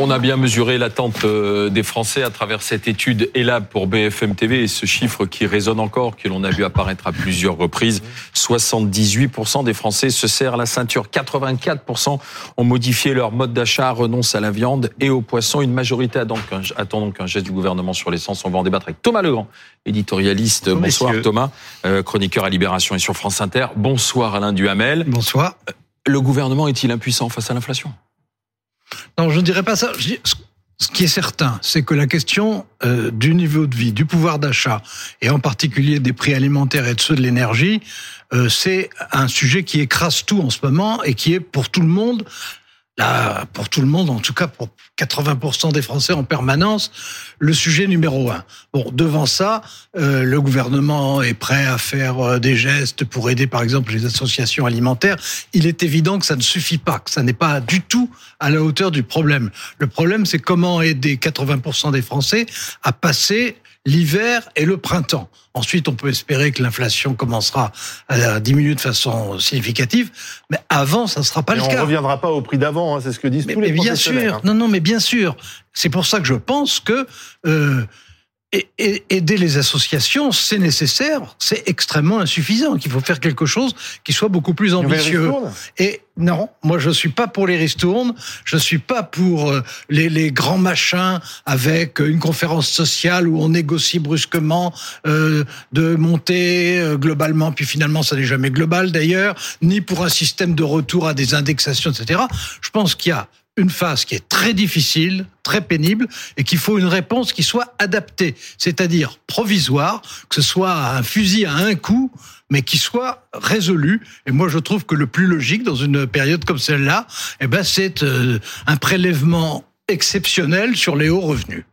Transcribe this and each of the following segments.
On a bien mesuré l'attente euh, des Français à travers cette étude ELAB pour BFM TV et ce chiffre qui résonne encore, que l'on a vu apparaître à plusieurs reprises. 78% des Français se serrent la ceinture. 84% ont modifié leur mode d'achat, renoncent à la viande et au poisson. Une majorité attend donc un, attend donc un geste du gouvernement sur l'essence. On va en débattre avec Thomas Legrand, éditorialiste. Bonjour, Bonsoir messieurs. Thomas, euh, chroniqueur à Libération et sur France Inter. Bonsoir Alain Duhamel. Bonsoir. Le gouvernement est-il impuissant face à l'inflation Non, je ne dirais pas ça. Je dis- ce- Ce qui est certain, c'est que la question euh, du niveau de vie, du pouvoir d'achat, et en particulier des prix alimentaires et de ceux de l'énergie, euh, c'est un sujet qui écrase tout en ce moment et qui est pour tout le monde, là, pour tout le monde, en tout cas pour 80% des Français en permanence, le sujet numéro un. Bon, devant ça, euh, le gouvernement est prêt à faire euh, des gestes pour aider, par exemple, les associations alimentaires. Il est évident que ça ne suffit pas, que ça n'est pas du tout à la hauteur du problème. Le problème, c'est comment aider 80% des Français à passer l'hiver et le printemps. Ensuite, on peut espérer que l'inflation commencera à diminuer de façon significative, mais avant, ça ne sera Ah, pas Et le on cas. reviendra pas au prix d'avant, hein, c'est ce que disent Mais, tous les mais bien professionnels, sûr, hein. non, non, mais bien sûr. C'est pour ça que je pense que euh, a- a- aider les associations, c'est nécessaire, c'est extrêmement insuffisant. Qu'il faut faire quelque chose qui soit beaucoup plus Nouvelle ambitieux. ristourne Et non, moi je suis pas pour les ristournes, je suis pas pour euh, les, les grands machins avec euh, une conférence sociale où on négocie brusquement euh, de monter euh, globalement, puis finalement ça n'est jamais global d'ailleurs, ni pour un système de retour à des indexations, etc. Je pense qu'il y a une phase qui est très difficile, très pénible, et qu'il faut une réponse qui soit adaptée, c'est-à-dire provisoire, que ce soit un fusil à un coup, mais qui soit résolu. Et moi, je trouve que le plus logique dans une période comme celle-là, eh ben, c'est euh, un prélèvement exceptionnel sur les hauts revenus.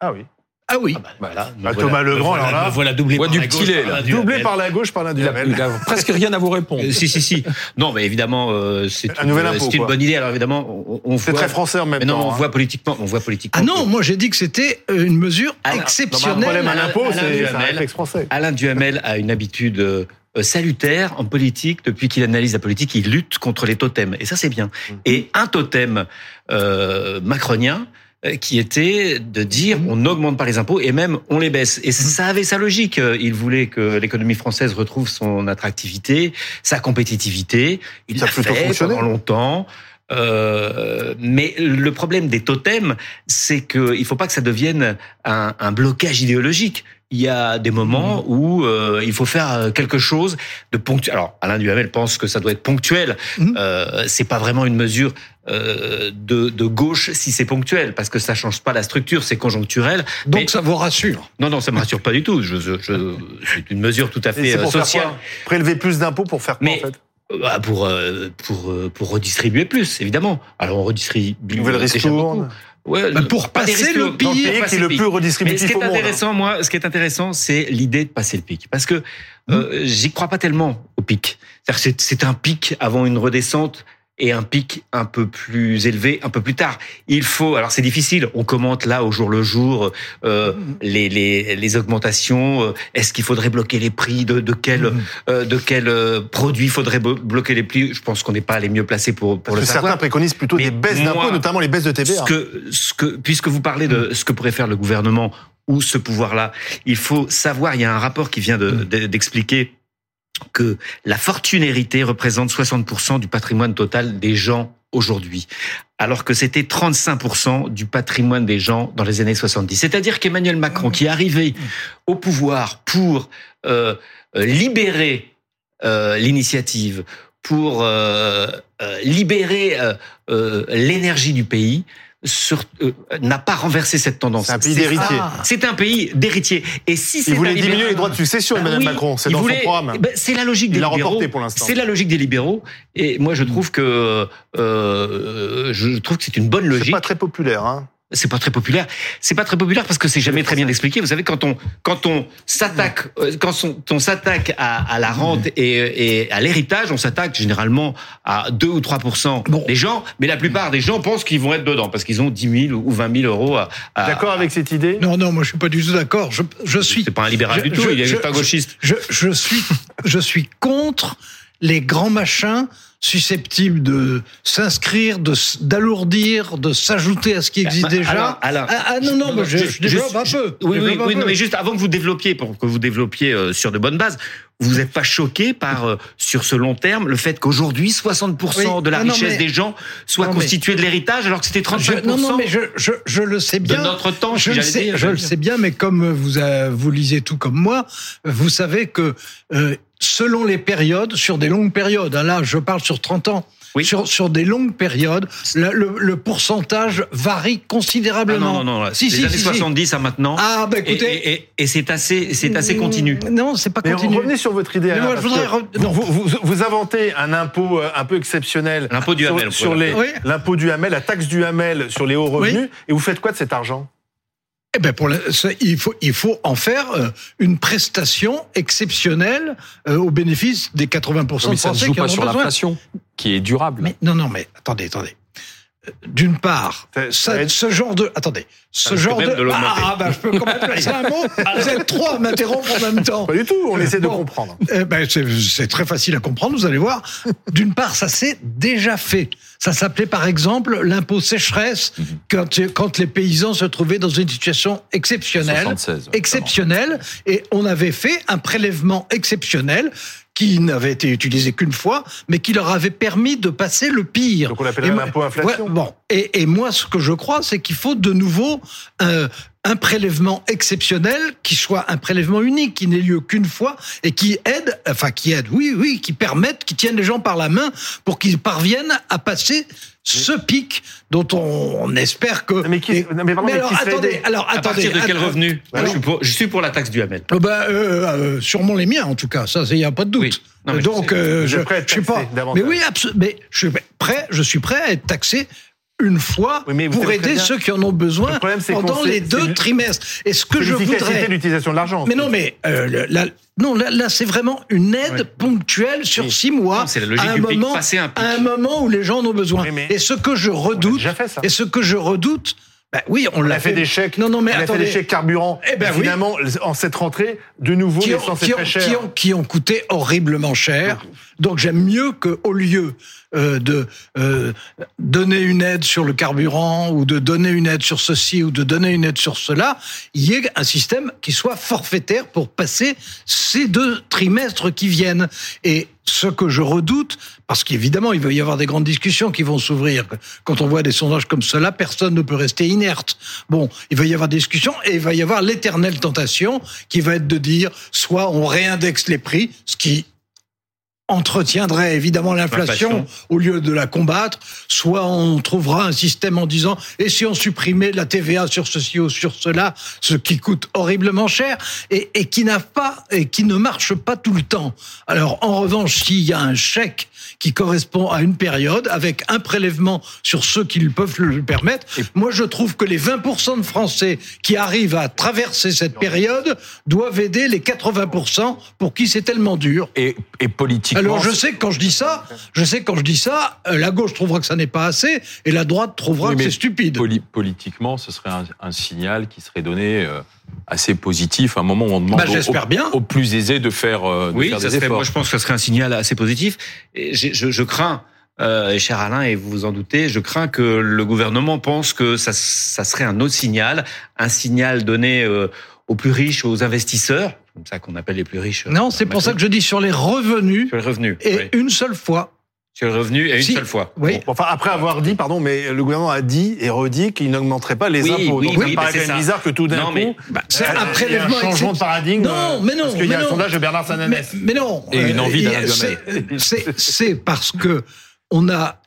Ah oui. Ah oui. Bah, Thomas Legrand, alors là, voilà doublé Voix par du la petit gauche, lait, par là. la droite. doublé par la gauche, par la Il a, duhamel. il a presque rien à vous répondre. Euh, si si si. Non mais évidemment euh, c'est Un une, nouvel impôt, c'est une quoi. bonne idée. Alors évidemment on, on C'est voit- très français en même Mais non, temps. on hein. voit politiquement, on voit politiquement. Ah non, moi j'ai dit que c'était euh, une mesure Ah, Non, mais un exceptionnelle. problème à Alain- l'impôt, Alain c'est c'est un Duhamel. réflexe français. Alain Duhamel a une habitude euh, euh, salutaire en politique. Depuis qu'il analyse la politique, il lutte contre les totems. Et ça, c'est bien. Mmh. Et un totem euh, macronien euh, qui était de dire Mhm. on n'augmente pas les impôts et même on les baisse. Et ça avait sa logique. Euh, Il voulait que l'économie française retrouve son attractivité, sa compétitivité. Il Ça a l'a plutôt fait fonctionné. pendant longtemps. Euh, mais le problème des totems, c'est que il faut pas que ça devienne un, un blocage idéologique. Il y a des Mhm. moments où euh, il faut faire euh, quelque chose de ponctuel. Alors Alain Duhamel pense que ça doit être ponctuel. Mhm. Euh, c'est pas vraiment une mesure euh, de, de gauche si c'est ponctuel, parce que ça change pas la structure, c'est conjoncturel. Donc Mais- ça vous rassure. Non, non, ça me rassure pas du tout. Je, je, je- c'est une mesure tout à Et fait c'est euh, pour faire sociale. quoi Prélever plus d'impôts pour faire quoi, en Mais- fait Euh, bah, pour euh, pour euh, pour redistribuer plus évidemment. Alors on redistribue Nouvelle déjà ristourne. beaucoup. Ouais, Bah, pour pas des passer ristournes, le pire. non, Le Pays pas pays qui ces est le pics. plus Mais ce redistributif au qui est monde. hein. intéressant, moi, ce qui est intéressant, c'est l'idée de passer le pic. Parce que euh, Mmh. j'y crois pas tellement au pic. C'est-à-dire que c'est- c'est un pic avant une redescente et un pic un peu plus élevé un peu plus tard. Il faut, alors c'est difficile, on commente là au jour le jour euh, les, les, les augmentations, euh, est-ce qu'il faudrait bloquer les prix, de, de quel, euh, de quel euh, produit faudrait bo- bloquer les prix Je pense qu'on n'est pas les mieux placés pour, pour Parce le que savoir. certains préconisent plutôt des Mais baisses moi, d'impôts, notamment les baisses de Ce TVA. que, ce que, puisque vous parlez de ce que pourrait faire le gouvernement ou ce pouvoir-là, il faut savoir, il y a un rapport qui vient de- de- d'expliquer que la fortune héritée représente 60% du patrimoine total des gens aujourd'hui, alors que c'était 35% du patrimoine des gens dans les années 70. C'est-à-dire qu'Emmanuel Macron, qui est arrivé au pouvoir pour euh, euh, libérer euh, l'initiative, pour euh, euh, libérer euh, euh, l'énergie du pays, sur- euh, n'a pas renversé cette tendance. C'est un pays d'héritiers. Ah. C'est un pays d'héritiers. Et si c'est Il voulait un libéral- diminuer les droits de succession, bah Emmanuel oui, Macron. C'est il dans son voulait- programme. eh ben, c'est la logique des Il l'a libéraux. reporté pour l'instant. Mm. C'est la logique des libéraux. Et moi, je trouve que euh, je trouve que c'est une bonne C'est logique. pas très populaire. hein. c'est pas très populaire. C'est pas très populaire parce que c'est jamais très bien expliqué. Vous savez, quand on quand on s'attaque euh, quand on, on s'attaque à, à la rente et, et à l'héritage, on s'attaque généralement à 2 ou 3 Bon. des gens, mais la plupart des gens pensent qu'ils vont être dedans parce qu'ils ont 10 000 ou 20 000 euros. À, à- D'accord avec cette idée Non, non, moi je suis pas du tout d'accord. Je, je suis. C'est pas un libéral je- du tout, je- il est je- juste un gauchiste. Je, je suis, je suis contre les grands machins susceptibles de s'inscrire, de s- d'alourdir, de s'ajouter à ce qui existe Bah, déjà. alors- alors- ah, ah, non, non, mais je, je Juste- développe un juste- peu. Oui, Je oui, développe oui, un non, peu. mais juste avant que vous développiez, pour que vous développiez euh, sur de bonnes bases, vous n'êtes pas choqué par, euh, sur ce long terme, le fait qu'aujourd'hui, 60% Oui. de la Non, non, richesse mais- des gens soit Non, mais- constituée de l'héritage, alors que c'était 35% Je- non, non, mais je, je, je le sais de bien. notre temps, je si le, j'allais sais, dire. je le sais bien, mais comme vous, euh, vous lisez tout comme moi, vous savez que euh, selon les périodes, sur des longues périodes, hein, là je parle sur 30 ans, Oui. sur, sur des longues périodes, le, le- le pourcentage varie Ah non, considérablement. non, non, là, Si, les si, années si, si. 70 à maintenant. Ah, bah et écoutez. Mm. et- et- et c'est assez, c'est assez continu. Non, c'est pas Mais continu. revenez sur votre idée. Mais Alain, moi, je parce voudrais que re- non. vous, vous- vous inventez un impôt euh, un peu exceptionnel. L'impôt du Hamel, on Sur, sur pourrait les, l'appeler. Oui. l'impôt du Hamel, la taxe du Hamel sur les hauts revenus. Et vous faites quoi de cet argent Eh ben pour la- ça, il, faut, il faut en faire euh, une prestation exceptionnelle euh, au bénéfice des 80% Mais de ça ne Français joue qui en pas ont sur besoin. l'inflation, qui est durable. Mais non, non, mais attendez, attendez. Euh, D'une part, Ça- ça- ça aide. ce genre de, attendez, ce risque genre même de, de l'augmenter. ah, bah, je peux quand même placer un mot. Vous êtes trois à m'interrompre en même temps. Euh, Pas du tout, on essaie de Bon. comprendre. Eh ben, c'est c'est très facile à comprendre, vous allez voir. D'une part, ça s'est déjà fait. Ça s'appelait par exemple l'impôt sécheresse Mhm. quand, quand les paysans se trouvaient dans une situation exceptionnelle. 76, exceptionnelle. Et on avait fait un prélèvement exceptionnel qui n'avait été utilisé qu'une fois, mais qui leur avait permis de passer le pire. Donc on l'appellerait Et moi- l'impôt inflation. Ouais, bon. Et, et moi, ce que je crois, c'est qu'il faut de nouveau euh, un prélèvement exceptionnel qui soit un prélèvement unique, qui n'ait lieu qu'une fois et qui aide, enfin qui aide, oui, oui, qui permette, qui tienne les gens par la main pour qu'ils parviennent à passer ce pic dont on, on espère que. Mais qui- et- non, mais pardon, mais alors, qui se fait attendez, aider alors À attendez. partir de quel attendez. revenu Bah je, non. suis pour, je suis pour la taxe du Hamel. Oh bah, euh, euh, sûrement les miens en tout cas, ça il y a pas de doute. Oui. Non, mais je Donc sais. euh, Vous je, êtes prêt à être je suis pas. taxé davantage. Mais oui, abso- mais je suis prêt, je suis prêt à être taxé une fois Oui, mais vous pour savez très aider bien- ceux qui en ont besoin Le problème, c'est qu'on pendant sait- les c'est deux le- trimestres. Et ce que C'est je l'efficacité voudrais. de l'utilisation de l'argent. en Mais fait. non, mais euh, le- la- non, là, là, c'est vraiment une aide Oui. ponctuelle sur Oui. six mois. Non, c'est la logique à un du pic, moment, passer un pic. à un moment où les gens en ont besoin. Oui, mais- Et ce que je On a redoute, déjà fait ça. et ce que je redoute, bah oui, on, On l'a a fait des chèques. Non, non, mais on a fait attendez. des chèques carburant. Eh ben Et oui. Finalement, en cette rentrée, de nouveau, qui ont, l'essence est qui, ont, très chère. qui ont- qui ont coûté horriblement cher. Donc j'aime mieux qu'au lieu euh, de euh, donner une aide sur le carburant ou de donner une aide sur ceci ou de donner une aide sur cela, il y ait un système qui soit forfaitaire pour passer ces deux trimestres qui viennent. Et ce que je redoute, parce qu'évidemment il va y avoir des grandes discussions qui vont s'ouvrir. Quand on voit des sondages comme cela, personne ne peut rester inerte. Bon, il va y avoir des discussions et il va y avoir l'éternelle tentation qui va être de dire soit on réindexe les prix, ce qui entretiendrait évidemment l'inflation L'inflation. au lieu de la combattre, soit on trouvera un système en disant et si on supprimait la TVA sur ceci ou sur cela, ce qui coûte horriblement cher et, et qui n'a pas et qui ne marche pas tout le temps. Alors en revanche, s'il y a un chèque qui correspond à une période avec un prélèvement sur ceux qui le peuvent le permettre, moi je trouve que les 20% de Français qui arrivent à traverser cette période doivent aider les 80% pour qui c'est tellement dur. Et, et politiquement. Alors je sais que quand je dis ça, je sais que quand je dis ça, euh, la gauche trouvera que ça n'est pas assez et la droite trouvera Oui, que mais c'est stupide. poli- politiquement, ce serait un, un signal qui serait donné euh, assez positif à un moment où on demande Bah, j'espère aux- bien. aux plus aisés de faire, euh, de Oui, faire ça des serait, efforts. moi je pense que ce serait un signal assez positif. Et j'ai- je, je crains, euh, cher Alain, et vous vous en doutez, je crains que le gouvernement pense que ça, ça serait un autre signal, un signal donné euh, aux plus riches, aux investisseurs, comme ça qu'on appelle les plus riches. euh, Non, c'est pour ça que je dis sur les revenus sur les revenus. et oui. une seule fois. Sur les revenus et une Si. seule fois. Oui. Bon, Enfin, après avoir dit, pardon, mais le gouvernement a dit et redit qu'il n'augmenterait pas les Oui, impôts. oui, Donc, ça oui, me paraît mais quand c'est même ça. bizarre que tout d'un Non, coup. mais- Bah, c'est euh, un prélèvement il y a un changement de exceptionnel. paradigme. euh, Non, mais non, Parce qu'il y mais a non. un sondage de Bernard Mais, Sananès. mais non. Et une euh, envie d'Alain c'est- C'est c'est parce que on a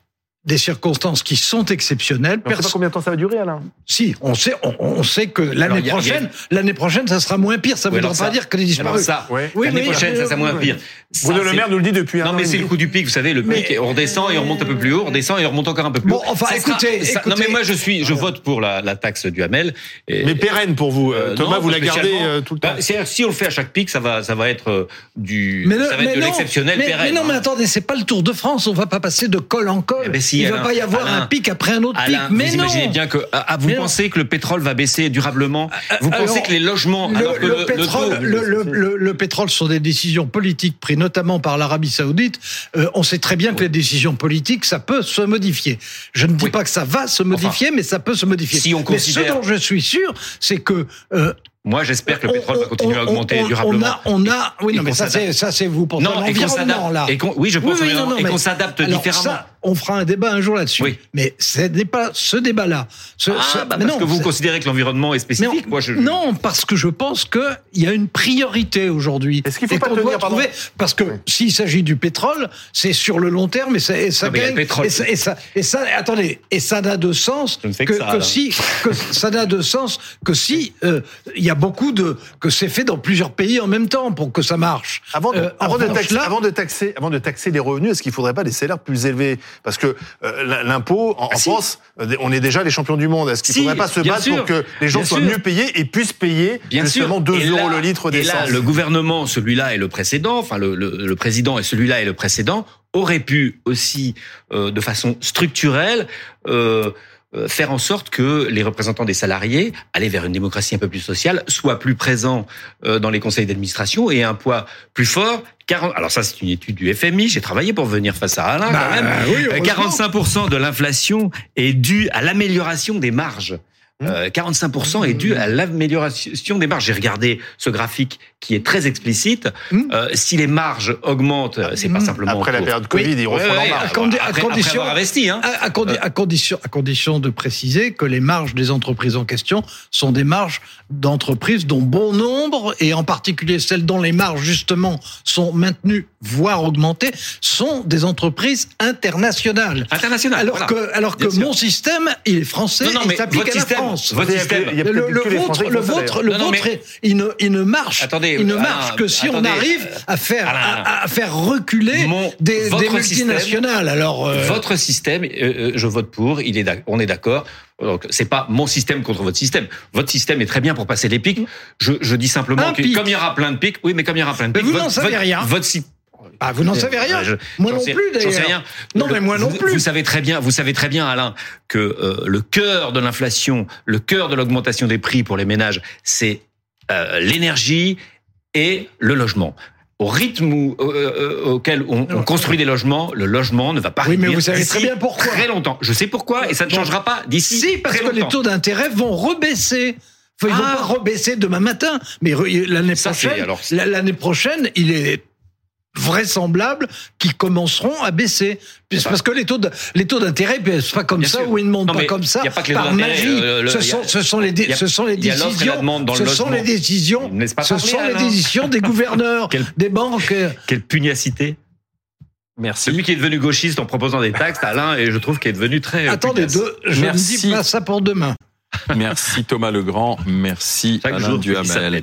des circonstances qui sont exceptionnelles. Mais on sait pas Perso- combien de temps ça va durer, Alain. si, on sait, on, on sait que l'année il y a- il y a- prochaine, l'année prochaine, ça sera moins pire. Ça ne Oui, voudra alors pas ça- dire que les disparus. Alors ça, Ouais. Oui, l'année oui, prochaine, euh, ça, c'est moins oui. pire. Ça, Bruno Le c'est- Maire nous le dit depuis hein. un Non, an. mais et c'est le demi. coup du pic, vous savez, le Mais- pic, on descend et on remonte un peu plus haut, on descend et on remonte encore un peu plus Bon, haut. enfin, Ça sera- écoutez, ça- Non, mais écoutez. Ah, moi, je suis, je vote pour la, la taxe du Hamel. Et- Mais pérenne pour vous. euh, Euh, Thomas, non, vous pas la gardez spécialement. euh, tout le temps. Bah, c'est-à-dire, si on le fait à chaque pic, ça va, ça va être euh, du, Mais le- ça va être mais de non, l'exceptionnel mais, pérenne. mais non, mais hein. attendez, c'est pas le Tour de France. On va pas passer de col en col. Eh ben si, Il va Alain, pas y avoir Alain, un pic après un autre Alain, pic. Mais vous non. imaginez bien que ah, ah, vous Mais non. Euh, pensez que le pétrole va baisser durablement. Vous alors, pensez que les logements, Le, alors que le le, le pétrole, taux- le, le- le- le pétrole sont des décisions politiques prises notamment par l'Arabie Saoudite. Euh, on sait très bien que les décisions politiques, ça peut se modifier. Je ne dis Oui. pas que ça va se modifier, mais ça peut se modifier. si on mais ce considère- dont je suis sûr, c'est que euh, moi j'espère que le on- pétrole va on- continuer à on- augmenter on- durablement. On a, on a, oui, Et non, mais qu'on ça c'est s'adapte. ça c'est vous pour non, et qu'on l'environnement là. s'adapte. Et qu'on- oui, je pense Oui, oui, non, au non, environnement, et mais- qu'on s'adapte Alors différemment. ça, on fera un débat un jour là-dessus. Oui. Mais ce n'est pas ce débat-là. Ce- Ah, ce- bah, mais parce non, que vous c'est- considérez que l'environnement est mais on- spécifique. Moi, je, Non, parce que je pense qu'il y a une priorité aujourd'hui. Est-ce qu'il faut Et pas qu'on tenir, doit pardon Parce que s'il s'agit du pétrole, c'est sur le long terme et ça, et ça Non, mais il y a gagne. le pétrole. Et ça, et ça- et ça- attendez, et ça n'a de sens Je ne que, fais que ça, que là. si, que ça n'a de sens que si euh, il y a beaucoup de que c'est fait dans plusieurs pays en même temps pour que ça marche. Avant de, Euh, en avant, de revanche, taxer, là- avant, de taxer, avant de taxer les revenus, est-ce qu'il ne faudrait pas des salaires plus élevés Parce que euh, l'im- l'impôt, en, en Ah, si. France, euh, on est déjà les champions du monde. Est-ce qu'il ne Si, faudrait pas se bien battre sûr. pour que les gens Bien soient sûr. mieux payés et puissent payer Bien justement sûr. 2 Et euros là- le litre et là, d'essence le gouvernement, celui-là et le précédent, enfin le, le- le président et celui-là et le précédent, auraient pu aussi, euh, de façon structurelle, euh, euh, faire en sorte que les représentants des salariés, aller vers une démocratie un peu plus sociale, soient plus présents euh, dans les conseils d'administration et aient un poids plus fort. 40 Alors ça, c'est une étude du FMI. J'ai travaillé pour venir face à Alain. Bah, quand même. oui, Euh, heureusement. 45% de l'inflation est due à l'amélioration des marges. Hein Euh, 45% est dû à l'amélioration des marges. J'ai regardé ce graphique qui est très explicite. Mm. Euh, si les marges augmentent, euh, c'est pas Mm. simplement Après la pour- période Covid, ils Ouais, refont ouais, leur marge. à condi- à bah, après, après condition- avoir investi, hein. À, à condi- à condition, à condition de préciser que les marges des entreprises en question sont des marges d'entreprises dont bon nombre, et en particulier celles dont les marges justement sont maintenues, voire augmentées, sont des entreprises internationales. international. Alors voilà. que, alors que Bien sûr. mon système, il est français, Non, non, mais il s'applique votre à la système- France. votre Il y a système. plus- il y a Le, peut-être le que les Français vôtre, qui le font ça, vôtre, d'ailleurs. le Non, non, vôtre, il ne, il ne marche, Attendez, il ne Alain, marche que si attendez, on arrive euh, à faire, Alain, à, à- à faire reculer Mon- des, votre des système- multinationales. Alors, euh, Votre système, euh, euh, je vote pour. Il est, d'ac- on est d'accord. Donc c'est pas mon système contre votre système. Votre système est très bien pour passer les pics. Je, je dis simplement Un que pic. comme il y aura plein de pics, oui, mais comme il y aura plein de Mais pics, vous votre- n'en savez votre- rien. Votre, si- bah, vous n'en savez rien. Je- Moi j'en non sais- plus, j'en sais d'ailleurs. rien. Non, Le- mais moi non vous- plus. Vous savez très bien, vous savez très bien, Alain, que euh, le cœur de l'inflation, le cœur de l'augmentation des prix pour les ménages, c'est euh, l'énergie et le logement. Au rythme où- euh, euh, auquel on, on construit des logements, le logement ne va pas Oui, mais réduire vous savez d'ici très bien pourquoi. Très longtemps. Je sais pourquoi et ça ne Bon. changera pas d'ici Si, parce très que les longtemps. taux d'intérêt vont rebaisser. Enfin, Ils Ah. vont pas rebaisser demain matin, mais re- l'année Ça, c'est- prochaine, alors, c'est- la- l'année prochaine, il est vraisemblable qu'ils commenceront à baisser. Puis c'est Parce que les taux de- les taux d'intérêt, puis c'est pas comme Bien ça sûr. ou ils ne montent Non, pas mais comme ça y a pas que les taux par d'intérêt, magie. euh, le- ce, y a- sont, ce sont les dé- y a- ce sont les y a l'offre et la décisions, demande dans le ce sont logement. les décisions, N'est-ce pas ce parler, sont les Alain décisions des gouverneurs, Quel- des banques. Quelle pugnacité Merci. Celui qui est devenu gauchiste en proposant des taxes, Alain, et je trouve qu'il est devenu très. euh, Attendez, pugnace. deux, je ne Merci. dis pas ça pour demain. Merci Thomas Legrand, merci Chaque Alain jour, Félix Duhamel. s'appelle.